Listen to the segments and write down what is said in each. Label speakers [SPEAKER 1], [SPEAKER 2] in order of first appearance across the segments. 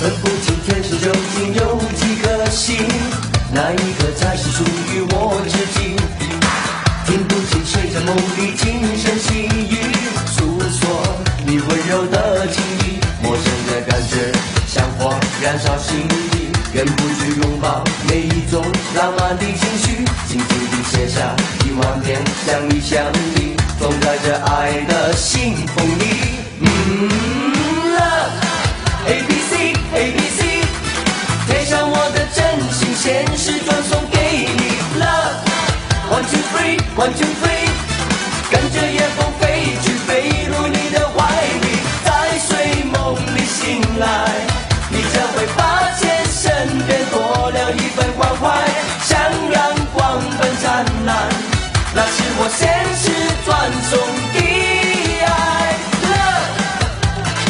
[SPEAKER 1] 分不清天上究竟有几颗星，哪一颗才是属于我自己？听不清谁在梦里轻声细语，诉说你温柔的情意。陌生的感觉像火燃烧心底，忍不住拥抱每一种浪漫的情绪，轻轻地写下一万遍想你想你，装在这爱的信封里。嗯，love。A B C A B C，贴上我的真心，现实转送给你。Love one two three one two three，跟着夜风飞去，飞入你的怀里，在睡梦里醒来，你将会发现身边多了一份关怀，像阳光般灿烂，那是我现实转送的爱。Love。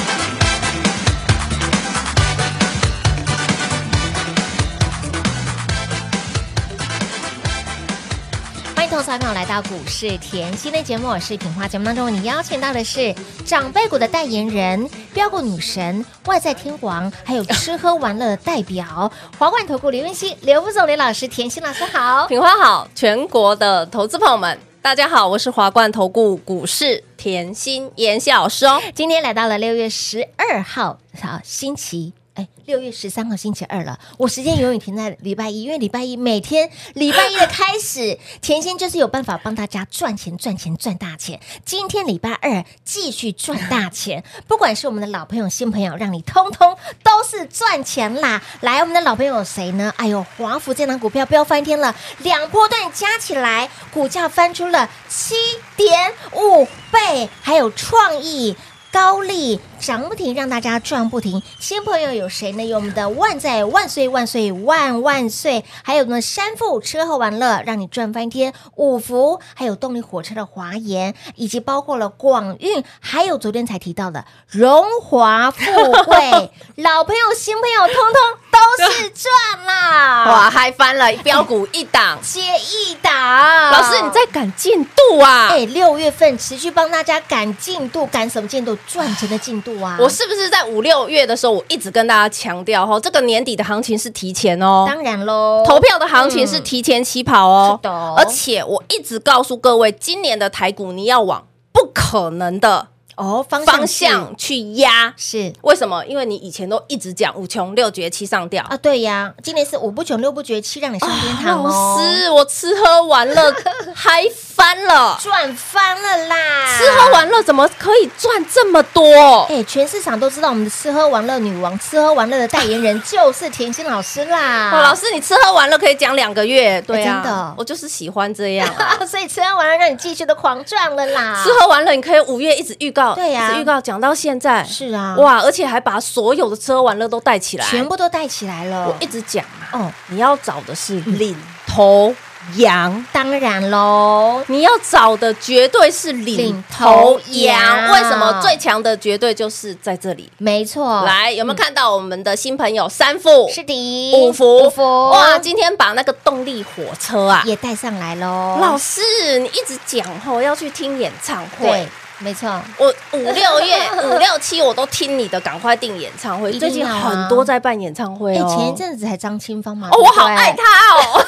[SPEAKER 2] 欢迎投资朋友来到股市甜心的节目，我是品花。节目当中，你邀请到的是长辈股的代言人、标股女神、外在天王，还有吃喝玩乐的代表——华冠投顾刘云熙、刘副总、刘老师、甜心老师好。
[SPEAKER 3] 品花好，全国的投资朋友们，大家好，我是华冠投顾股市甜心妍希老师哦。
[SPEAKER 2] 今天来到了六月十二号，好星期。哎，六月十三号星期二了，我时间永远停在礼拜一，因为礼拜一每天礼拜一的开始，甜心就是有办法帮大家赚钱、赚钱、赚大钱。今天礼拜二继续赚大钱， 不管是我们的老朋友、新朋友，让你通通都是赚钱啦！来，我们的老朋友有谁呢？哎呦，华府这档股票飙翻天了，两波段加起来，股价翻出了七点五倍，还有创意。高丽涨不停，让大家赚不停。新朋友有谁呢？有我们的万载万岁万岁万万岁，还有呢山富吃喝玩乐让你赚翻天，五福，还有动力火车的华研，以及包括了广运，还有昨天才提到的荣华富 贵，老朋友新朋友通通都是赚啦！，
[SPEAKER 3] 哇，，嗨翻了，标股一档
[SPEAKER 2] 接一档，
[SPEAKER 3] 老师你在赶进度啊？
[SPEAKER 2] 哎，六月份持续帮大家赶进度，赶什么进度？赚钱的进度啊！
[SPEAKER 3] 我是不是在五六月的时候，我一直跟大家强调哦，这个年底的行情是提前哦，
[SPEAKER 2] 当然喽，
[SPEAKER 3] 投票的行情是提前起跑哦。
[SPEAKER 2] 是的
[SPEAKER 3] 而且我一直告诉各位，今年的台股你要往不可能的
[SPEAKER 2] 哦方向
[SPEAKER 3] 方向去压。
[SPEAKER 2] 是
[SPEAKER 3] 为什么？因为你以前都一直讲五穷六绝七上吊。
[SPEAKER 2] 啊，对呀，今年是五不穷六不绝七，让你上天堂
[SPEAKER 3] 老
[SPEAKER 2] 哦，
[SPEAKER 3] 师，啊我吃喝玩乐 嗨翻了，
[SPEAKER 2] 赚翻了啦！
[SPEAKER 3] 吃喝玩乐怎么可以赚这么多？
[SPEAKER 2] 啊哎，全市场都知道我们的吃喝玩乐女王，吃喝玩乐的代言人就是甜心老师啦。
[SPEAKER 3] 哦，老师，你吃喝玩乐可以讲两个月，对啊，
[SPEAKER 2] 哎真的
[SPEAKER 3] 我就是喜欢这样 啊、
[SPEAKER 2] 啊，所以吃喝玩乐让你继续的狂赚了啦。
[SPEAKER 3] 吃喝玩乐，你可以五月一直预告，
[SPEAKER 2] 啊对啊
[SPEAKER 3] 一直预告讲到现在，
[SPEAKER 2] 是啊，哇，
[SPEAKER 3] 哇，而且还把所有的吃喝玩乐都带起来，
[SPEAKER 2] 全部都带起来
[SPEAKER 3] 我
[SPEAKER 2] 了
[SPEAKER 3] 一。直讲啊，
[SPEAKER 2] 哦，嗯
[SPEAKER 3] 你要找的是领头羊。
[SPEAKER 2] 当然喽，
[SPEAKER 3] 你要找的绝对是领头
[SPEAKER 2] 领头羊
[SPEAKER 3] 羊，为什么最强的绝对就是在这里？
[SPEAKER 2] 没错，
[SPEAKER 3] 来，有没有看到我们的新朋友三富、
[SPEAKER 2] 哦是的，
[SPEAKER 3] 五福、
[SPEAKER 2] 五福
[SPEAKER 3] 哇，今天把那个动力火车啊，
[SPEAKER 2] 也带上来喽。
[SPEAKER 3] 老师，你一直讲吼要去听演唱
[SPEAKER 2] 对
[SPEAKER 3] 会，
[SPEAKER 2] 没错，
[SPEAKER 3] 我五 六月五六七我都听你的，赶快订演唱会。
[SPEAKER 2] 一定要
[SPEAKER 3] 最
[SPEAKER 2] 啊
[SPEAKER 3] 近很多在办演唱会
[SPEAKER 2] 哎，
[SPEAKER 3] 哦，
[SPEAKER 2] 前一阵子才哎张清芳嘛，
[SPEAKER 3] 哦，我好
[SPEAKER 2] 对不对
[SPEAKER 3] 爱，他哦，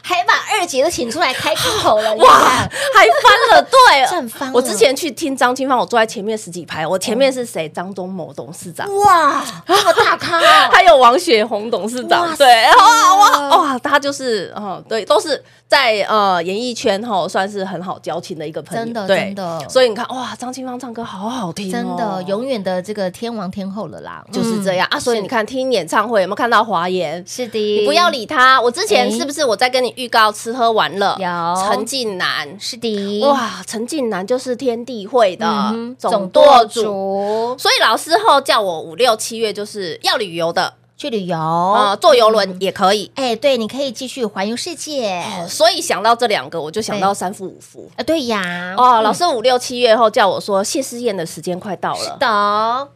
[SPEAKER 2] 还把二姐都请出来开口了，
[SPEAKER 3] 哇，
[SPEAKER 2] 哇，
[SPEAKER 3] 还 翻了对，
[SPEAKER 2] 哎正翻了
[SPEAKER 3] 我之前去听张清芳，我坐在前面十几排，我前面是谁？张忠谋董事长。
[SPEAKER 2] 哇，这么大 咖哦，
[SPEAKER 3] 还有王雪红董事
[SPEAKER 2] 哇
[SPEAKER 3] 长，
[SPEAKER 2] 塞
[SPEAKER 3] 对，哇哇哇，他就是哦，对，都是在呃演艺圈哈、算是很好交情的一个朋友，
[SPEAKER 2] 真的
[SPEAKER 3] 对
[SPEAKER 2] 真的
[SPEAKER 3] 所以你看，哇，张清芳唱歌好好听、哦，
[SPEAKER 2] 真的永远的这个天王天后了啦，
[SPEAKER 3] 就是这样、啊。所以你看，听演唱会有没有看到华研？
[SPEAKER 2] 是的，
[SPEAKER 3] 你不要理他。我之前
[SPEAKER 2] 诶
[SPEAKER 3] 是不是我在跟你预告吃喝玩乐？
[SPEAKER 2] 有
[SPEAKER 3] 陈近南，
[SPEAKER 2] 是的，
[SPEAKER 3] 哇，陈近南就是天地会的
[SPEAKER 2] 嗯哼，
[SPEAKER 3] 总舵主。
[SPEAKER 2] 主
[SPEAKER 3] 所以老师后叫我五六七月就是要旅游的，
[SPEAKER 2] 去旅游
[SPEAKER 3] 啊，坐游轮也可以。
[SPEAKER 2] 哎，对，你可以继续环游世界。
[SPEAKER 3] 哦所以想到这两个，我就想到三伏五伏。
[SPEAKER 2] 啊，对呀，
[SPEAKER 3] 哦，老师五六七月后叫我说谢师宴的时间快到了，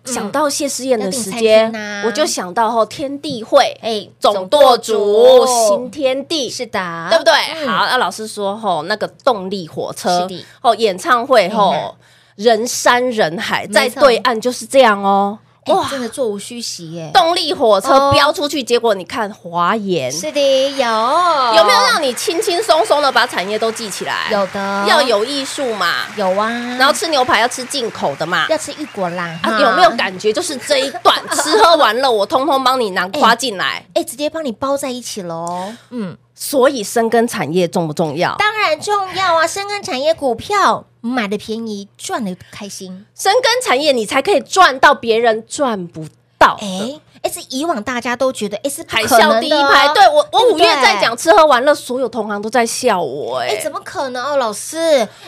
[SPEAKER 2] 懂，
[SPEAKER 3] 想到谢师宴
[SPEAKER 2] 嗯要
[SPEAKER 3] 的
[SPEAKER 2] 订
[SPEAKER 3] 时
[SPEAKER 2] 餐
[SPEAKER 3] 间
[SPEAKER 2] 厅啊，
[SPEAKER 3] 我就想到后天地会，
[SPEAKER 2] 哎
[SPEAKER 3] 总舵主新天地。
[SPEAKER 2] 是的，
[SPEAKER 3] 对不对？
[SPEAKER 2] 嗯
[SPEAKER 3] 好，那老师说吼，那个动力火车
[SPEAKER 2] 是的
[SPEAKER 3] 哦，演唱会
[SPEAKER 2] 嗯
[SPEAKER 3] 吼，人山人海，
[SPEAKER 2] 没
[SPEAKER 3] 在
[SPEAKER 2] 错
[SPEAKER 3] 对岸就是这样哦。
[SPEAKER 2] 哎
[SPEAKER 3] 哇，
[SPEAKER 2] 真的座无虚席耶。
[SPEAKER 3] 动力火
[SPEAKER 2] 哦
[SPEAKER 3] 车飙出去，结果你看华研
[SPEAKER 2] 是的，有有
[SPEAKER 3] 有没有让你轻轻松松的把产业都记起来？
[SPEAKER 2] 有的
[SPEAKER 3] 要有艺术嘛，
[SPEAKER 2] 有啊？
[SPEAKER 3] 然后吃牛排要吃进口的嘛。
[SPEAKER 2] 要嗯吃异果啦，哈
[SPEAKER 3] 啊，有没有？感觉就是这一段吃喝玩乐，我通通帮你囊括进来。
[SPEAKER 2] 哎，直接帮你包在一起喽。嗯，
[SPEAKER 3] 所以深耕产业重不重要？
[SPEAKER 2] 当然重要啊，深耕产业股票买的便宜，赚的开心。
[SPEAKER 3] 深耕产业，你才可以赚到别人赚不到的。
[SPEAKER 2] 哎哎，是以往大家都觉得哎是不
[SPEAKER 3] 哦海
[SPEAKER 2] 可能
[SPEAKER 3] 啸第一
[SPEAKER 2] 的哦
[SPEAKER 3] 排，对我，我
[SPEAKER 2] 对不
[SPEAKER 3] 五月
[SPEAKER 2] 对
[SPEAKER 3] 在讲吃喝玩乐，所有同行都在笑我、哎、
[SPEAKER 2] 哎，怎么可能哦，老师？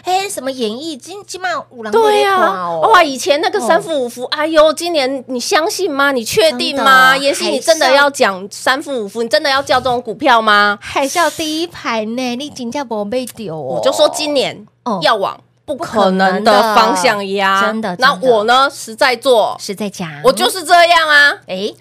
[SPEAKER 2] 哎，什么演艺金金马五郎
[SPEAKER 3] 对呀、哦
[SPEAKER 2] 哇
[SPEAKER 3] 哇，，以前那个三伏五伏，哎呦，今年你相信吗？你确定
[SPEAKER 2] 哦真
[SPEAKER 3] 吗？
[SPEAKER 2] 的
[SPEAKER 3] 妍希，你真的要讲三伏五伏？你真的要叫这种股票吗？
[SPEAKER 2] 海啸第一排呢，你金价不会被丢哦。
[SPEAKER 3] 我就说今年
[SPEAKER 2] 哦
[SPEAKER 3] 要往不
[SPEAKER 2] 不可
[SPEAKER 3] 可能
[SPEAKER 2] 能的
[SPEAKER 3] 的方向压，
[SPEAKER 2] 真的
[SPEAKER 3] 那
[SPEAKER 2] 真的嗯
[SPEAKER 3] 我呢，实在做，
[SPEAKER 2] 是在讲，
[SPEAKER 3] 我就是这样啊！
[SPEAKER 2] 哎，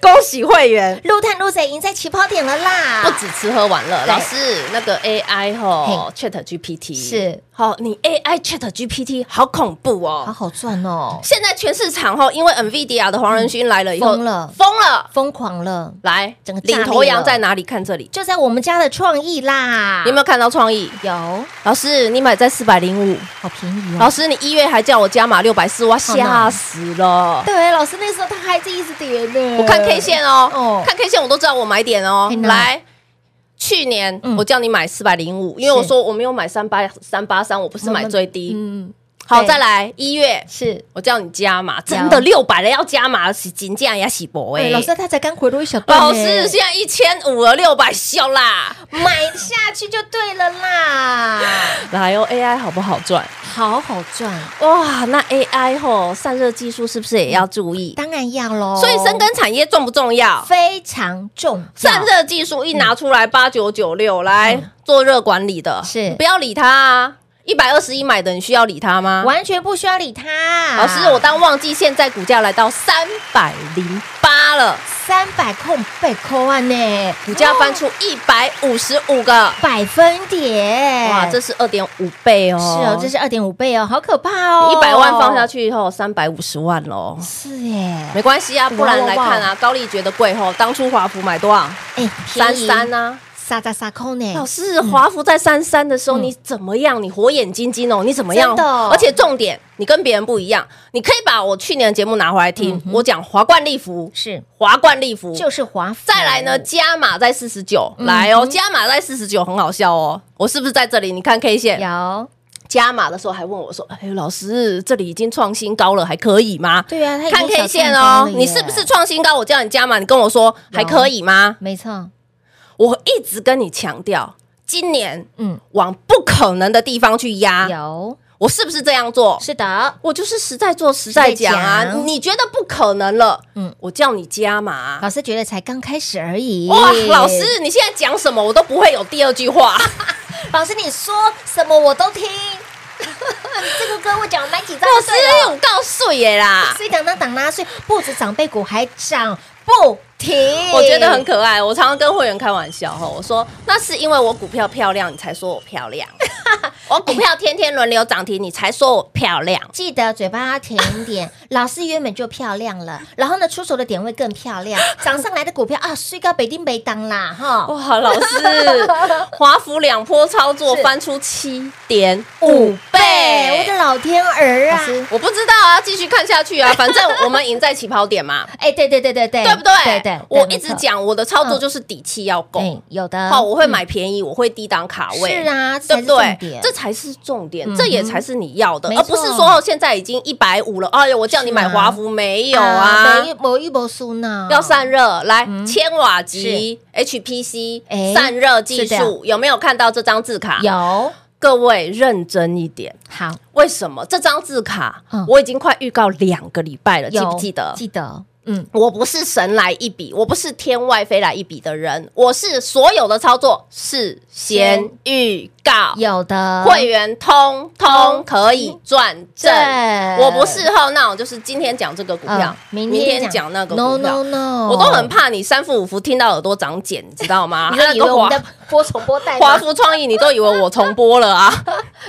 [SPEAKER 3] 恭喜会员，
[SPEAKER 2] 陆探陆贼赢在起跑点了啦，
[SPEAKER 3] 不止吃喝玩乐，
[SPEAKER 2] 对
[SPEAKER 3] 老师那个 AI 吼 Chat GPT
[SPEAKER 2] 是
[SPEAKER 3] 好，你 AI Chat GPT 好恐怖哦，
[SPEAKER 2] 好好赚哦，
[SPEAKER 3] 现在全市场后，因为 NVIDIA 的黄仁勋来了以后，
[SPEAKER 2] 嗯疯了
[SPEAKER 3] 疯了，
[SPEAKER 2] 疯狂了，
[SPEAKER 3] 来，
[SPEAKER 2] 整个炸裂
[SPEAKER 3] 领
[SPEAKER 2] 了
[SPEAKER 3] 头羊在哪里？看这里，
[SPEAKER 2] 就在我们家的创意啦，
[SPEAKER 3] 你有没有看到创意？
[SPEAKER 2] 有？
[SPEAKER 3] 老师，你买在四百零五，
[SPEAKER 2] 好便宜
[SPEAKER 3] 老
[SPEAKER 2] 哦。
[SPEAKER 3] 师，你一月还叫我加码六百四，哇，
[SPEAKER 2] 好呢
[SPEAKER 3] 吓死了！
[SPEAKER 2] 对，老师那时候他还在一直跌呢，
[SPEAKER 3] 我看 K 线
[SPEAKER 2] 哦
[SPEAKER 3] 呃哦，看 K 线我都知道我买点哦
[SPEAKER 2] 嘿。呐
[SPEAKER 3] 来，去年
[SPEAKER 2] 嗯
[SPEAKER 3] 我叫你买四百零五，因为
[SPEAKER 2] 是
[SPEAKER 3] 我说我没有买三八三八三，我不是买最低。
[SPEAKER 2] 嗯，
[SPEAKER 3] 好，
[SPEAKER 2] 对
[SPEAKER 3] 再来一月。
[SPEAKER 2] 是。
[SPEAKER 3] 我叫你加码，真的六百了要加码，是金价也洗薄哎
[SPEAKER 2] 哎，。老师他才刚回落一小段呢，
[SPEAKER 3] 老师，现在一千五了，六百笑啦！
[SPEAKER 2] 买下去就对了啦，
[SPEAKER 3] 来哦，AI 好不好赚？
[SPEAKER 2] 好好赚，
[SPEAKER 3] 哇，那 AI 吼散热技术是不是也要注意？
[SPEAKER 2] 当然要喽。
[SPEAKER 3] 所以深耕产业重不重要？
[SPEAKER 2] 非常重要，
[SPEAKER 3] 散热技术一
[SPEAKER 2] 嗯
[SPEAKER 3] 拿出来，八九九六来做热管理的，
[SPEAKER 2] 是
[SPEAKER 3] 不要理它啊！一百二十一买的，你需要理它吗？
[SPEAKER 2] 完全不需要理他。
[SPEAKER 3] 老师，我当忘记现在股价来到三百零八了，
[SPEAKER 2] 三百空被扣案呢，
[SPEAKER 3] 股价翻出一百五十五个，
[SPEAKER 2] 百分点，
[SPEAKER 3] 哇，这是二点五倍哦！
[SPEAKER 2] 哎是哦，这是二点五倍哦，好可怕哦！
[SPEAKER 3] 一百万放下去以后，三百五十万喽。
[SPEAKER 2] 是耶，
[SPEAKER 3] 没关系啊，不然来看
[SPEAKER 2] 哇
[SPEAKER 3] 啊，高丽觉得贵吼，当初华孚买多少？
[SPEAKER 2] 哎，
[SPEAKER 3] 三三
[SPEAKER 2] 啊，
[SPEAKER 3] 啊。
[SPEAKER 2] 撒撒撒扣
[SPEAKER 3] 老
[SPEAKER 2] 呢，
[SPEAKER 3] 师，华孚在三三的时候，
[SPEAKER 2] 哎嗯
[SPEAKER 3] 你怎么样？你火眼金睛哦，你怎么样
[SPEAKER 2] 真的哦？
[SPEAKER 3] 而且重点，你跟别人不一样，你可以把我去年的节目拿回来听，我讲华冠利福，
[SPEAKER 2] 是
[SPEAKER 3] 华冠利福
[SPEAKER 2] 嗯就是华府，
[SPEAKER 3] 再来呢，加码在四十九，
[SPEAKER 2] 嗯
[SPEAKER 3] 来哦，加码在四十九，很好笑哦。我是不是在这里？你看 K 线，
[SPEAKER 2] 有，
[SPEAKER 3] 加码的时候还问我说：“哎，老师，这里已经创新高了，还可以吗？”
[SPEAKER 2] 对啊，它已经
[SPEAKER 3] 看
[SPEAKER 2] 小
[SPEAKER 3] K 线
[SPEAKER 2] 创高
[SPEAKER 3] 哦
[SPEAKER 2] 了，耶
[SPEAKER 3] 你是不是？创新高？我叫你加码，你跟我说还可以吗？
[SPEAKER 2] 没错，
[SPEAKER 3] 我一直跟你强调，今年
[SPEAKER 2] 嗯，
[SPEAKER 3] 往不可能的地方去压，
[SPEAKER 2] 有，
[SPEAKER 3] 我是不是这样做？
[SPEAKER 2] 是的，
[SPEAKER 3] 我就是实在做实在讲
[SPEAKER 2] 实在
[SPEAKER 3] 啊！
[SPEAKER 2] 讲
[SPEAKER 3] 你觉得不可能了，
[SPEAKER 2] 嗯
[SPEAKER 3] 嗯，我叫你加码。啊
[SPEAKER 2] 老师觉得才刚开始而已。
[SPEAKER 3] 哇，老师，你现在讲什么我都不会有第二句 话。
[SPEAKER 2] 啊老师，你说什么我都 听。这个歌我讲了买几张
[SPEAKER 3] 老
[SPEAKER 2] 就
[SPEAKER 3] 师
[SPEAKER 2] 对了，
[SPEAKER 3] 有告诉耶啦，
[SPEAKER 2] 所以当当当啦，所以不止长辈股还涨不停。
[SPEAKER 3] 我觉得很可爱。我常常跟会员开玩笑哈，我说那是因为我股票漂亮，你才说我漂 亮。我股票天天轮流涨停，你才说我漂亮。
[SPEAKER 2] 记得嘴巴要甜一点， 老师原本就漂亮了，然后呢，出手的点位更漂 亮，涨上来的股票啊，睡到北丁北当啦哈，
[SPEAKER 3] 哇，老师，华府两波操作翻出七点
[SPEAKER 2] 五
[SPEAKER 3] 五
[SPEAKER 2] 倍，我
[SPEAKER 3] 倍
[SPEAKER 2] 的。老天儿啊！
[SPEAKER 3] 我不知道啊，继续看下去啊，反正我们赢在起跑 点嘛，
[SPEAKER 2] 哎，对对对对对，
[SPEAKER 3] 对不对？
[SPEAKER 2] 对对，嗯
[SPEAKER 3] 我
[SPEAKER 2] 对
[SPEAKER 3] 一直，讲我的操作就是底气要
[SPEAKER 2] 没错
[SPEAKER 3] 够，
[SPEAKER 2] 哎，有的，
[SPEAKER 3] 好，我会买便宜，我会低档卡位，
[SPEAKER 2] 是啊，这才
[SPEAKER 3] 对不
[SPEAKER 2] 是重
[SPEAKER 3] 对？
[SPEAKER 2] 点
[SPEAKER 3] 这。才是重点
[SPEAKER 2] 嗯，哼
[SPEAKER 3] 这也才是你要的
[SPEAKER 2] 没，错
[SPEAKER 3] 而不是说哦现在已经一百五了，哎呦，我叫你
[SPEAKER 2] 是啊
[SPEAKER 3] 买华孚没
[SPEAKER 2] 有
[SPEAKER 3] 有啊
[SPEAKER 2] 没？一没一波输呢，
[SPEAKER 3] 要散热，来
[SPEAKER 2] 嗯
[SPEAKER 3] 千瓦级 HPC
[SPEAKER 2] 哎
[SPEAKER 3] 散热技
[SPEAKER 2] 是的
[SPEAKER 3] 术，有没有看到这张字卡？
[SPEAKER 2] 有
[SPEAKER 3] 各位认真一点，
[SPEAKER 2] 好
[SPEAKER 3] 为什么这张字卡
[SPEAKER 2] 嗯
[SPEAKER 3] 我已经快预告两个礼拜了，记
[SPEAKER 2] 有
[SPEAKER 3] 不记得？
[SPEAKER 2] 记得，嗯，
[SPEAKER 3] 我不是神来一笔，我不是天外飞来一笔的人，我是所有的操作事先预告，
[SPEAKER 2] 有的
[SPEAKER 3] 会员通通可以转正
[SPEAKER 2] 对。
[SPEAKER 3] 我不事后那种，就是今天讲这个股票
[SPEAKER 2] 嗯，
[SPEAKER 3] 明
[SPEAKER 2] 天
[SPEAKER 3] 天讲那个股
[SPEAKER 2] no
[SPEAKER 3] 票
[SPEAKER 2] no。no，
[SPEAKER 3] 我都很怕你三副五副听到耳朵长茧，啊你知道吗？
[SPEAKER 2] 你都以为我们
[SPEAKER 3] 那
[SPEAKER 2] 在
[SPEAKER 3] 个
[SPEAKER 2] 播重播带
[SPEAKER 3] 华
[SPEAKER 2] 吗？
[SPEAKER 3] 华孚创意，你都以为我重播了 啊？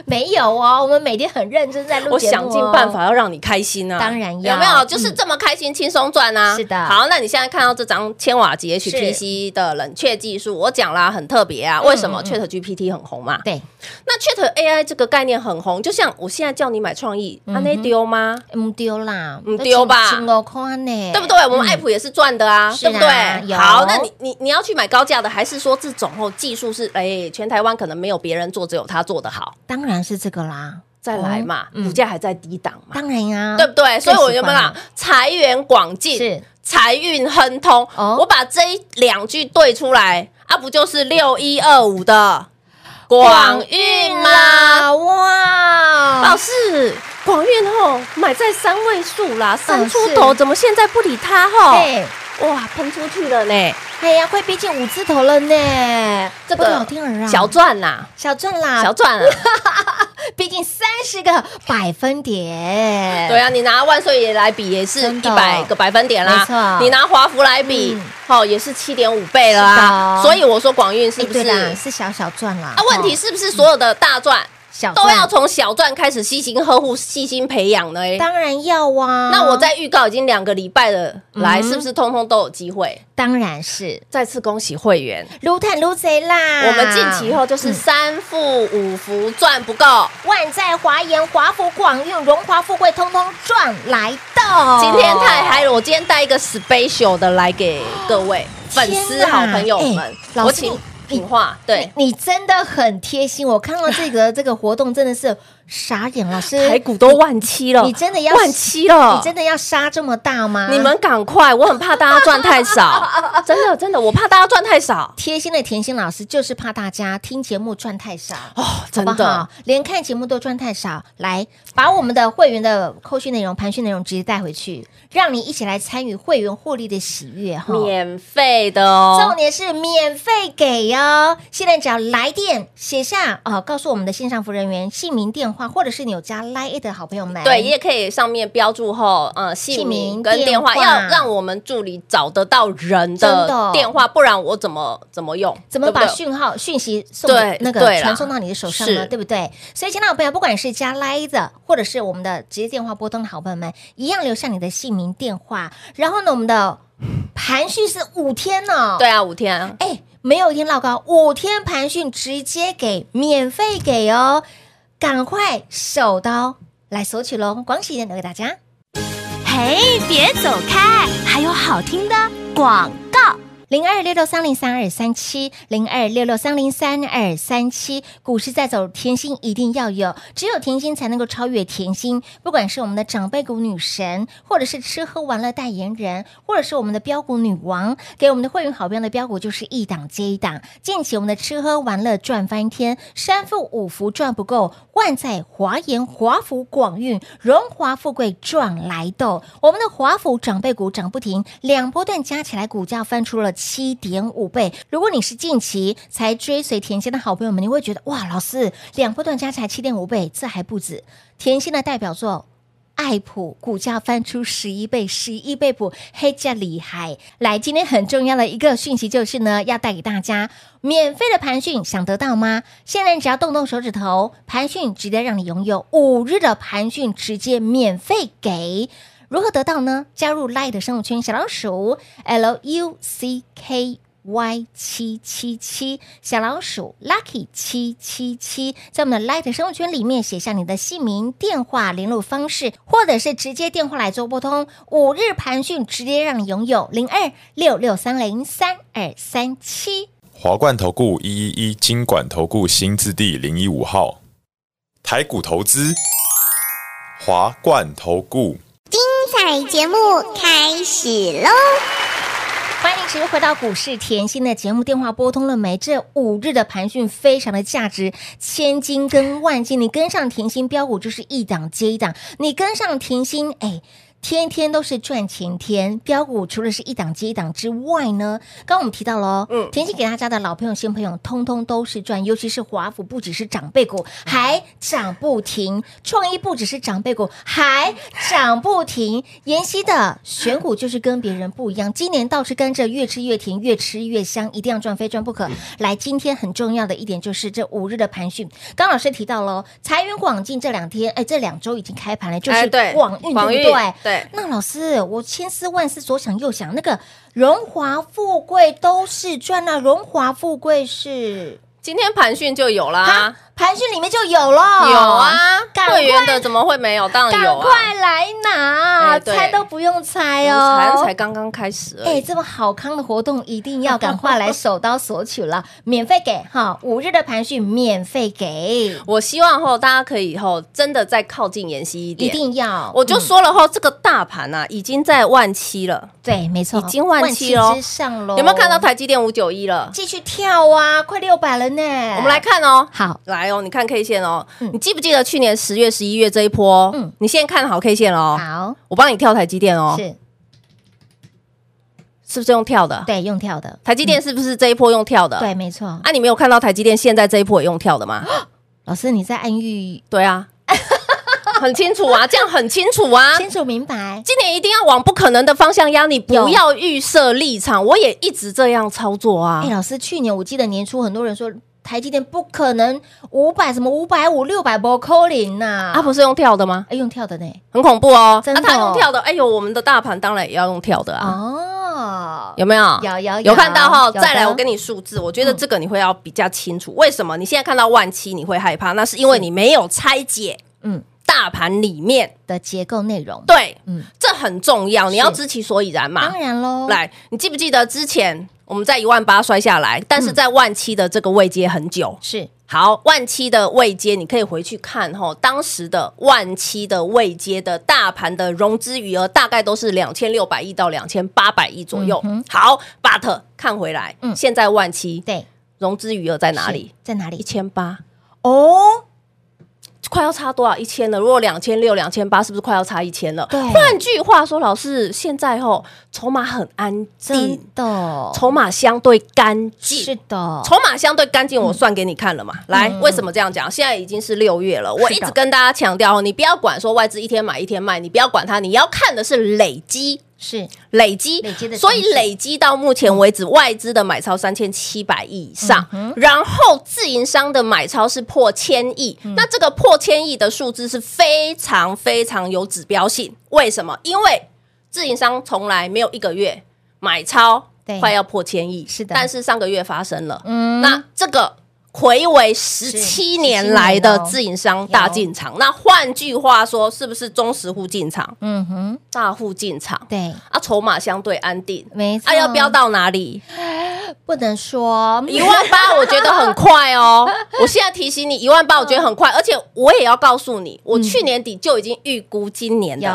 [SPEAKER 2] 没有哦，我们每天很认真在录
[SPEAKER 3] 我
[SPEAKER 2] 节目哦
[SPEAKER 3] 想尽办法要让你开心啊！
[SPEAKER 2] 当然要
[SPEAKER 3] 有没有就是这么开心轻松赚
[SPEAKER 2] 嗯
[SPEAKER 3] 啊？
[SPEAKER 2] 是的
[SPEAKER 3] 好，那你现在看到这张千瓦级 HPC 的冷却技术，我讲啦，很特别啊。
[SPEAKER 2] 嗯
[SPEAKER 3] 为什么 Chat GPT 很红嘛？
[SPEAKER 2] 对，
[SPEAKER 3] 那 Chat AI 这个概念很红，就像我现在叫你买创意，
[SPEAKER 2] 嗯
[SPEAKER 3] 那
[SPEAKER 2] 哼
[SPEAKER 3] 那丢吗？
[SPEAKER 2] 唔丢啦，
[SPEAKER 3] 唔丢吧
[SPEAKER 2] 请我看呢，嗯
[SPEAKER 3] 对不对？我们 app 也是赚的啊，
[SPEAKER 2] 是啊
[SPEAKER 3] 对不对？
[SPEAKER 2] 有
[SPEAKER 3] 好，那你你你要去买高价的，还是说这种后技术是哎，全台湾可能没有别人做，只有他做的好？
[SPEAKER 2] 当然是这个啦，
[SPEAKER 3] 再来嘛，
[SPEAKER 2] 嗯
[SPEAKER 3] 股价还在低档嘛，
[SPEAKER 2] 当然呀，
[SPEAKER 3] 对不对？所以我有
[SPEAKER 2] 更喜
[SPEAKER 3] 没有
[SPEAKER 2] 欢
[SPEAKER 3] 啦？财源广进
[SPEAKER 2] 是
[SPEAKER 3] 财运亨通。
[SPEAKER 2] 哦
[SPEAKER 3] 我把这一两句对出来，啊，不就是六一二五的广运吗？
[SPEAKER 2] 啦？哇
[SPEAKER 3] 老，师，广运吼买在三位数啦，三出
[SPEAKER 2] 嗯是
[SPEAKER 3] 头，怎么现在不理它吼？
[SPEAKER 2] 对，
[SPEAKER 3] 哇，喷出去了呢，
[SPEAKER 2] 哎呀，快逼近五字头了呢，
[SPEAKER 3] 这
[SPEAKER 2] 不
[SPEAKER 3] 个
[SPEAKER 2] 老天儿啊，
[SPEAKER 3] 小赚啦，
[SPEAKER 2] 小赚啦，
[SPEAKER 3] 小赚啊！
[SPEAKER 2] 逼近三十个百分点，
[SPEAKER 3] 对啊，你拿万岁爷来比也是
[SPEAKER 2] 真
[SPEAKER 3] 一
[SPEAKER 2] 的
[SPEAKER 3] 百个百分点
[SPEAKER 2] 没错
[SPEAKER 3] 啦，你拿华孚来比
[SPEAKER 2] 嗯，
[SPEAKER 3] 哦，也是七点五倍了啊。
[SPEAKER 2] 是的哦
[SPEAKER 3] 所以我说广运是
[SPEAKER 2] 哎
[SPEAKER 3] 不
[SPEAKER 2] 对
[SPEAKER 3] 是？
[SPEAKER 2] 啦，
[SPEAKER 3] 啊，
[SPEAKER 2] 是小小赚啦，
[SPEAKER 3] 问题
[SPEAKER 2] 哦嗯
[SPEAKER 3] 是不是所有的大赚？
[SPEAKER 2] 小
[SPEAKER 3] 都
[SPEAKER 2] 赚
[SPEAKER 3] 要从小赚开始细心呵护、细心培养呢、欸。
[SPEAKER 2] 当然要啊，
[SPEAKER 3] 那我在预告已经两个礼拜了，
[SPEAKER 2] 嗯
[SPEAKER 3] 来是不是通通都有机会？
[SPEAKER 2] 当然是
[SPEAKER 3] 再次恭喜会员，
[SPEAKER 2] 撸碳撸贼啦！
[SPEAKER 3] 我们近期后
[SPEAKER 2] 嗯
[SPEAKER 3] 就是三副五福赚不够，
[SPEAKER 2] 万载华研、华府、广运、荣华富贵，通通赚来的。
[SPEAKER 3] 今天太嗨了！我今天带一个 special 的来给各位粉丝、
[SPEAKER 2] 天哪
[SPEAKER 3] 好朋友
[SPEAKER 2] 哎
[SPEAKER 3] 们，
[SPEAKER 2] 老师
[SPEAKER 3] 我请
[SPEAKER 2] 你
[SPEAKER 3] 品话对。
[SPEAKER 2] 你，你真的很贴心。我看到这 个这个活动真的是傻眼，老师，
[SPEAKER 3] 台股都万七了，
[SPEAKER 2] 哎你真的要
[SPEAKER 3] 万七了，
[SPEAKER 2] 你真的要杀这么大吗？
[SPEAKER 3] 你们赶快，我很怕大家赚太 少，真的真的，我怕大家赚太少
[SPEAKER 2] 贴心的甜心老师就是怕大家听节目赚太少。
[SPEAKER 3] 哦，真
[SPEAKER 2] 好不
[SPEAKER 3] 的
[SPEAKER 2] 好，连看节目都赚太少，来把我们的会员的扣讯内容、盘讯内容直接带回去，让你一起来参与会员获利的喜悦哈。
[SPEAKER 3] 免费的哦，
[SPEAKER 2] 重点是免费给哦！现在只要来电写下哦、告诉我们的线上服务人员姓名、电话，或者是你有加 Line 的好朋友们，
[SPEAKER 3] 对，也可以上面标注后，呃，姓名
[SPEAKER 2] 名
[SPEAKER 3] 跟
[SPEAKER 2] 电
[SPEAKER 3] 电话，
[SPEAKER 2] 话
[SPEAKER 3] 要让我们助理找得到人
[SPEAKER 2] 真的
[SPEAKER 3] 的电话，不然我怎么怎么用？
[SPEAKER 2] 怎么
[SPEAKER 3] 对
[SPEAKER 2] 把
[SPEAKER 3] 不对
[SPEAKER 2] 讯号、讯息送给
[SPEAKER 3] 对
[SPEAKER 2] 那
[SPEAKER 3] 对
[SPEAKER 2] 个
[SPEAKER 3] 啦
[SPEAKER 2] 传送到你的手上呢？
[SPEAKER 3] 是
[SPEAKER 2] 对不对？所以，亲爱的朋友，不管是加 Line 的，或者是我们的直接电话拨通的好朋友们，一样留下你的姓名、电话。然后呢，我们的盘讯是五天呢、哦，
[SPEAKER 3] 对啊，五天啊，
[SPEAKER 2] 哎，没有一天落高，五天盘讯直接给免费给哦，赶快手刀来索取喽！恭喜留给大家。
[SPEAKER 4] 嘿，别走开，还有好听的广告。
[SPEAKER 2] 零二六六三零三二三七，零二六六三零三二三七，股市在走，甜心一定要有，只有甜心才能够超越甜心。不管是我们的长辈股女神，或者是吃喝玩乐代言人，或者是我们的标股女王，给我们的会员好朋友的标股就是一档接一档。近期我们的吃喝玩乐赚翻天，三富五福赚不够，万载华研、华福、广运、荣华富贵赚来斗。我们的华府长辈股涨不停，两波段加起来股价翻出了七点五倍。如果你是近期才追随甜心的好朋友们，你会觉得哇，老师两波段加起来七点五倍，这还不止。甜心的代表作爱普股价翻出十一倍，十一倍普黑加厉害。来，今天很重要的一个讯息就是呢，要带给大家免费的盘讯，想得到吗？现在只要动动手指头，盘讯直接让你拥有五日的盘讯，直接免费给。如何得到呢？加入 Line 的生物圈小老鼠 L U C K。Y 七七七小老鼠 Lucky 七七七，在我们的 Light 生活圈里面写下你的姓名、电话、联络方式，或者是直接电话来做拨通。五日盘讯直接让你拥有零二六六三零三二三七。
[SPEAKER 5] 华冠投顾一一一金管投顾新字第零一五号，台股投资，华冠投顾。
[SPEAKER 6] 彩节目开始喽！
[SPEAKER 2] 欢迎持续回到股市甜心的节目，电话拨通了没？这五日的盘讯非常的价值，千金跟万金，你跟上甜心标股就是一档接一档，你跟上甜心，哎。天天都是赚钱天，标股除了是一档接一档之外呢，刚刚我们提到了哦，嗯，甜心给大家的老朋友、新朋友，通通都是赚，尤其是华府不只是长辈股，还涨不停；创意不只是长辈股，还涨不停。妍希的选股就是跟别人不一样，今年倒是跟着越吃越甜，越吃越香，一定要赚，非赚不可。来，今天很重要的一点就是这五日的盘讯，刚老师提到喽，财源广进这两天，哎，这两周已经开盘了，就是
[SPEAKER 3] 哎对
[SPEAKER 2] 广运，
[SPEAKER 3] 广
[SPEAKER 2] 对
[SPEAKER 3] 运
[SPEAKER 2] 不对？
[SPEAKER 3] 对
[SPEAKER 2] 那老师，我千思万思，左想右想，那个荣华富贵都是赚了，荣华富贵是
[SPEAKER 3] 今天盘讯就有啦
[SPEAKER 2] 啊，，盘讯里面就有了，
[SPEAKER 3] 有啊，
[SPEAKER 2] 哦赶快
[SPEAKER 3] 会员的怎么会没有？当然
[SPEAKER 2] 赶
[SPEAKER 3] 有啊，
[SPEAKER 2] 快来拿，
[SPEAKER 3] 哎对
[SPEAKER 2] 猜都不用猜
[SPEAKER 3] 才
[SPEAKER 2] 哦
[SPEAKER 3] 才。刚刚开始而
[SPEAKER 2] 哎，
[SPEAKER 3] 已。
[SPEAKER 2] 这么好康的活动，一定 要赶快来手刀索取了，免费给哈，五日的盘讯免费给，
[SPEAKER 3] 我希望后大家可以以后真的再靠近妍希一
[SPEAKER 2] 一
[SPEAKER 3] 点。
[SPEAKER 2] 定嗯要。
[SPEAKER 3] 我就
[SPEAKER 2] 嗯
[SPEAKER 3] 说了后，这个大盘啊已经在万七了，
[SPEAKER 2] 对，没错，
[SPEAKER 3] 已经万七喽
[SPEAKER 2] 之上喽。
[SPEAKER 3] 有没有看到台积电五九一了？
[SPEAKER 2] 继续跳啊？快六百了呢。我
[SPEAKER 3] 我们来看哦，
[SPEAKER 2] 好，
[SPEAKER 3] 来哦，你看 K 线哦，
[SPEAKER 2] 嗯
[SPEAKER 3] 你记不记得去年十月、十一月这一波？
[SPEAKER 2] 嗯
[SPEAKER 3] 嗯，你现在看好 K 线了哦，
[SPEAKER 2] 好，
[SPEAKER 3] 我帮你跳台积电哦，
[SPEAKER 2] 是
[SPEAKER 3] 是不是用跳的？
[SPEAKER 2] 对用跳的，
[SPEAKER 3] 台积电是不是这一波用跳的？
[SPEAKER 2] 对，没错。
[SPEAKER 3] 啊，你没有看到台积电现在这一波也用跳的 吗？
[SPEAKER 2] 老师，你在暗喻
[SPEAKER 3] 对啊， 很清楚啊，这样很清楚啊。
[SPEAKER 2] 清楚明白？
[SPEAKER 3] 今年一定要往不可能的方向压，你
[SPEAKER 2] 有
[SPEAKER 3] 不要预设立场。我也一直这样操作啊
[SPEAKER 2] 哎，。老师，去年我记得年初很多人说台积电不可能五百什么五百五六百波扣零呐，
[SPEAKER 3] 啊，不是用跳的吗？
[SPEAKER 2] 哎用跳的呢？
[SPEAKER 3] 很恐怖哦。
[SPEAKER 2] 真的
[SPEAKER 3] 啊，他
[SPEAKER 2] 哦
[SPEAKER 3] 用跳的，哎呦，我们的大盘当然也要用跳的啊。
[SPEAKER 2] 哦，
[SPEAKER 3] 有没有？
[SPEAKER 2] 有有有
[SPEAKER 3] 有看到哈？
[SPEAKER 2] 有的嗯
[SPEAKER 3] 再来，我给你数字，我觉得这个你会要比较清楚。为什么你现在看到万七你会害怕？那是因为你没有拆解
[SPEAKER 2] 嗯
[SPEAKER 3] 大盘里面，
[SPEAKER 2] 的结构内容，
[SPEAKER 3] 对，
[SPEAKER 2] 嗯，
[SPEAKER 3] 这很重要，你要知其所以然嘛
[SPEAKER 2] 当。然喽，
[SPEAKER 3] 来，你记不记得之前我们在一万八摔下来，但是在万七的这个位阶很久。
[SPEAKER 2] 是
[SPEAKER 3] 好，万七的位阶，你可以回去看哈，当时的万七的位阶的大盘的融资余额大概都是两千六百亿到两千八百亿左右。好，but 看回来，
[SPEAKER 2] 嗯
[SPEAKER 3] 现在万七
[SPEAKER 2] 对
[SPEAKER 3] 融资余额在哪
[SPEAKER 2] 是
[SPEAKER 3] 里？
[SPEAKER 2] 在哪里
[SPEAKER 3] 一？千八，
[SPEAKER 2] 哦，
[SPEAKER 3] 快要差多少？一千了。如果两千六、两千八，是不是快要差一千了？
[SPEAKER 2] 对
[SPEAKER 3] 换句话说，老师现在吼筹码很安
[SPEAKER 2] 真
[SPEAKER 3] 静，
[SPEAKER 2] 的，
[SPEAKER 3] 筹码相对干净，
[SPEAKER 2] 哦是的，哦嗯
[SPEAKER 3] 筹码相对干净，我算给你看了嘛。来，为什么这样讲？现在已经是六月了，我一
[SPEAKER 2] 是的
[SPEAKER 3] 直跟大家强调哦，你不要管说外资一天买一天卖，你不要管它，你要看的是累积。
[SPEAKER 2] 是
[SPEAKER 3] 累积，
[SPEAKER 2] 累积的
[SPEAKER 3] 所以
[SPEAKER 2] 张数
[SPEAKER 3] 累积到目前为止，外资的买超三千七百亿以上，
[SPEAKER 2] 嗯
[SPEAKER 3] 然后自营商的买超是破千亿。
[SPEAKER 2] 嗯
[SPEAKER 3] 那这个破千亿的数字是非常非常有指标性。为什么？因为自营商从来没有一个月买超
[SPEAKER 2] 对
[SPEAKER 3] 快要破千亿，
[SPEAKER 2] 是的
[SPEAKER 3] 但是上个月发生了，
[SPEAKER 2] 嗯
[SPEAKER 3] 那这个。回为十七年来的
[SPEAKER 2] 17
[SPEAKER 3] 自营商大进场，那换句话说，是不是中实户进场、
[SPEAKER 2] 嗯哼，
[SPEAKER 3] 大户进场？
[SPEAKER 2] 对，
[SPEAKER 3] 啊，筹码相对安定，
[SPEAKER 2] 没错，
[SPEAKER 3] 啊，要哎飙到哪里？
[SPEAKER 2] 嗯不能说
[SPEAKER 3] 一万八，我觉得很快 哦。我现在提醒你，一万八，我觉得很快，
[SPEAKER 2] 嗯
[SPEAKER 3] 而且我也要告诉你，我去年底就已经预估今年的，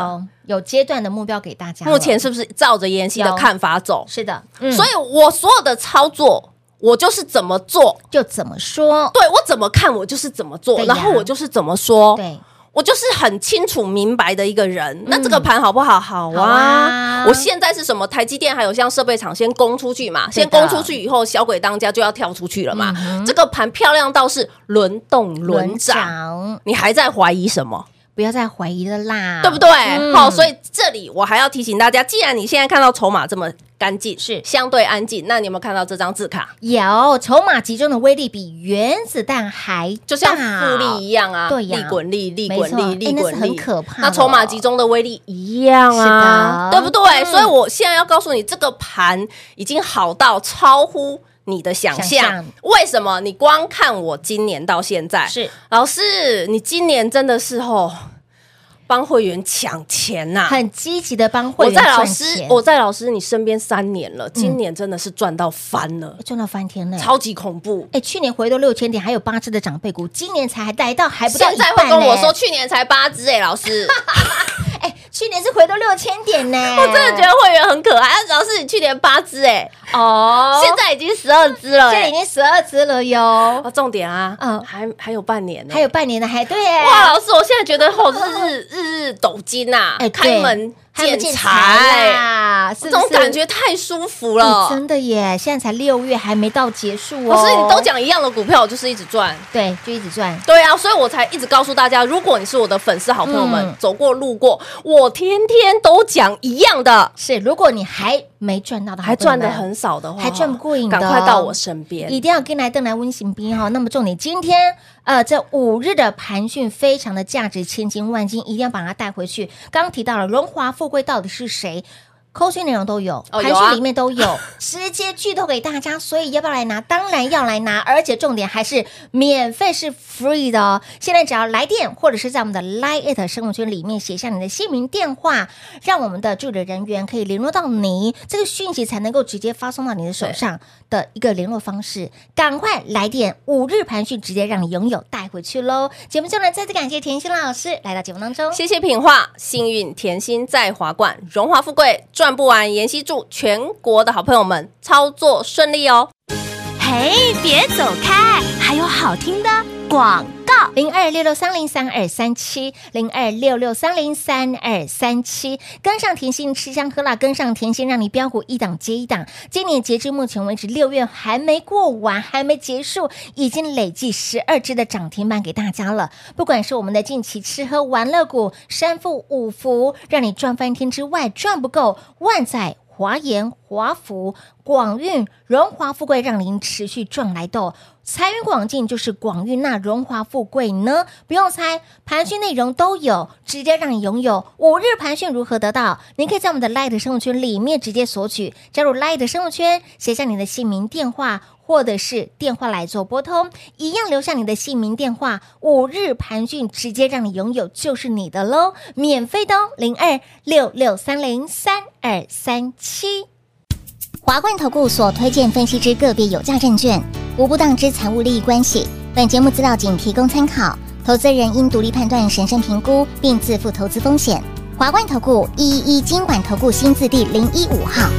[SPEAKER 2] 有有阶段的目标给大家了，
[SPEAKER 3] 目前是不是照着妍希的
[SPEAKER 2] 有
[SPEAKER 3] 看法走？
[SPEAKER 2] 是的，嗯
[SPEAKER 3] 所以我所有的操作，我就是怎么做。
[SPEAKER 2] 就怎么说？
[SPEAKER 3] 对我怎么看，我就是怎么做
[SPEAKER 2] 对，呀
[SPEAKER 3] 然后我就是怎么说，
[SPEAKER 2] 对，
[SPEAKER 3] 我就是很清楚明白的一个人。那这个盘好不好？嗯好
[SPEAKER 2] 好啊
[SPEAKER 3] 啊！我现在是什么？台积电还有像设备厂先攻出去嘛，
[SPEAKER 2] 对
[SPEAKER 3] 先
[SPEAKER 2] 的
[SPEAKER 3] 攻出去以后，小鬼当家就要跳出去了嘛。这个盘漂亮到是轮动轮涨，
[SPEAKER 2] 长，
[SPEAKER 3] 你还在怀疑什么？
[SPEAKER 2] 不不要再怀疑了啦，
[SPEAKER 3] 对不？对？好，所以这里我还要提醒大家，既然你现在看到筹码这么干净，
[SPEAKER 2] 是
[SPEAKER 3] 相对安静，那你有没有看到这张字卡？
[SPEAKER 2] 有筹码集中的威力比原子弹还
[SPEAKER 3] 就像复利一
[SPEAKER 2] 样，
[SPEAKER 3] 样啊，
[SPEAKER 2] 对呀
[SPEAKER 3] 利滚利，利
[SPEAKER 2] 没
[SPEAKER 3] 滚
[SPEAKER 2] 错
[SPEAKER 3] 利，利
[SPEAKER 2] 哎那是
[SPEAKER 3] 滚利，
[SPEAKER 2] 很可怕的
[SPEAKER 3] 那筹码集中的威力一样啊，
[SPEAKER 2] 是的嗯
[SPEAKER 3] 对不对？所以我现在要告诉你，这个盘已经好到超乎。你的想
[SPEAKER 2] 想
[SPEAKER 3] 象
[SPEAKER 2] 象
[SPEAKER 3] 为什么？你光看我今年到现在，
[SPEAKER 2] 是
[SPEAKER 3] 老师，你今年真的是哦，帮会员抢钱呐、
[SPEAKER 2] 很积极的帮会
[SPEAKER 3] 我
[SPEAKER 2] 员
[SPEAKER 3] 在老
[SPEAKER 2] 赚
[SPEAKER 3] 师
[SPEAKER 2] 钱，，嗯
[SPEAKER 3] 我在老师你身边三年了，今年真的是赚到翻了，
[SPEAKER 2] 哎赚到翻天了。
[SPEAKER 3] 超级恐怖。
[SPEAKER 2] 哎，去年回到六千点，还有八只的长辈股，今年才还来到哎还不到一
[SPEAKER 3] 现在
[SPEAKER 2] 半
[SPEAKER 3] 会跟我
[SPEAKER 2] 呢
[SPEAKER 3] 说，去年才八只哎，老师，
[SPEAKER 2] 哎，去年是回到六千点呢，
[SPEAKER 3] 我真
[SPEAKER 2] 嗯
[SPEAKER 3] 的觉得会员很可爱。主要是你去年八只哎，
[SPEAKER 2] 得哦
[SPEAKER 3] 现在已经十二只了
[SPEAKER 2] 现在已
[SPEAKER 3] 哎。
[SPEAKER 2] 经十二只了哟，
[SPEAKER 3] 啊，重点啊，
[SPEAKER 2] 嗯
[SPEAKER 3] 嗯，还还有半年呢，
[SPEAKER 2] 还有半年呢，还对耶
[SPEAKER 3] 哇，老师，我现在觉得吼日日日日抖金呐
[SPEAKER 2] 哎，
[SPEAKER 3] 开门
[SPEAKER 2] 还有啊
[SPEAKER 3] 见
[SPEAKER 2] 建材
[SPEAKER 3] 财，
[SPEAKER 2] 啦，
[SPEAKER 3] 这
[SPEAKER 2] 这
[SPEAKER 3] 种感觉太舒服了。
[SPEAKER 2] 哎真的耶，现在才六月，还没到结束哦。
[SPEAKER 3] 老师，你都讲一样的股票，我就是一直赚。
[SPEAKER 2] 对，就一直赚，
[SPEAKER 3] 对啊，所以我才一直告诉大家，如果你是我的粉丝、好朋友们，
[SPEAKER 2] 嗯
[SPEAKER 3] 走过路过，我天天都讲一样的，
[SPEAKER 2] 是，如果你还没赚到的，
[SPEAKER 3] 还赚的很少的话，
[SPEAKER 2] 还赚不过瘾的
[SPEAKER 3] 赶
[SPEAKER 2] 哦
[SPEAKER 3] 快到我身
[SPEAKER 2] 一
[SPEAKER 3] 边。
[SPEAKER 2] 定要跟来邓来温行兵哈。那么重点，今天呃这五日的盘讯非常的价值千金万金，一定要把它带回去。刚刚提到了荣华富贵到底是谁？扣讯内容都有，
[SPEAKER 3] 哦
[SPEAKER 2] 盘
[SPEAKER 3] 有啊
[SPEAKER 2] 讯里面都有，直接剧透给大家，所以要不要来拿？当然要来拿，而且重点还是免费，是 free 的哦。现在只要来电或者是在我们的 Line at 生活圈里面写下你的姓名、电话，让我们的助理人员可以联络到你，这个讯息才能够直接发送到你的手上的一个联络方式。赶快来电，五日盘讯直接让你拥有带回去喽！节目最后呢，再次感谢甜心老师来到节目当中。
[SPEAKER 3] 谢谢品画，幸运甜心在华冠，荣华富贵赚不完。妍希祝全国的好朋友们操作顺利哦。
[SPEAKER 4] 嘿，别走开，还有好听的广告。
[SPEAKER 2] 零二六六三零三二三七，零二六六三零三二三七，跟上甜心吃香喝辣，跟上甜心让你标股一档接一档。今年截至目前为止，六月还没过完，还没结束，已经累计十二只的涨停板给大家了。不管是我们的近期吃喝玩乐股、三富五福，让你赚翻天之外，赚不够，万载华研、华福、广运、荣华富贵，让您持续赚来豆。财源广进就是广运，那荣华富贵呢？不用猜，盘讯内容都有，直接让你拥有。五日盘讯如何得到？您可以在我们的 Light 生活圈里面直接索取，加入 Light 生活圈，写下你的姓名、电话。或者是电话来做拨通，一样留下你的姓名、电话。五日盘讯直接让你拥有，就是你的喽，免费的哦，零二六六三零三二三七。
[SPEAKER 6] 华冠投顾所推荐分析之个别有价证券，无不当之财务利益关系。本节目资料仅提供参考，投资人应独立判断、审慎评估，并自负投资风险。华冠投顾一一一金管投顾新字第零一五号。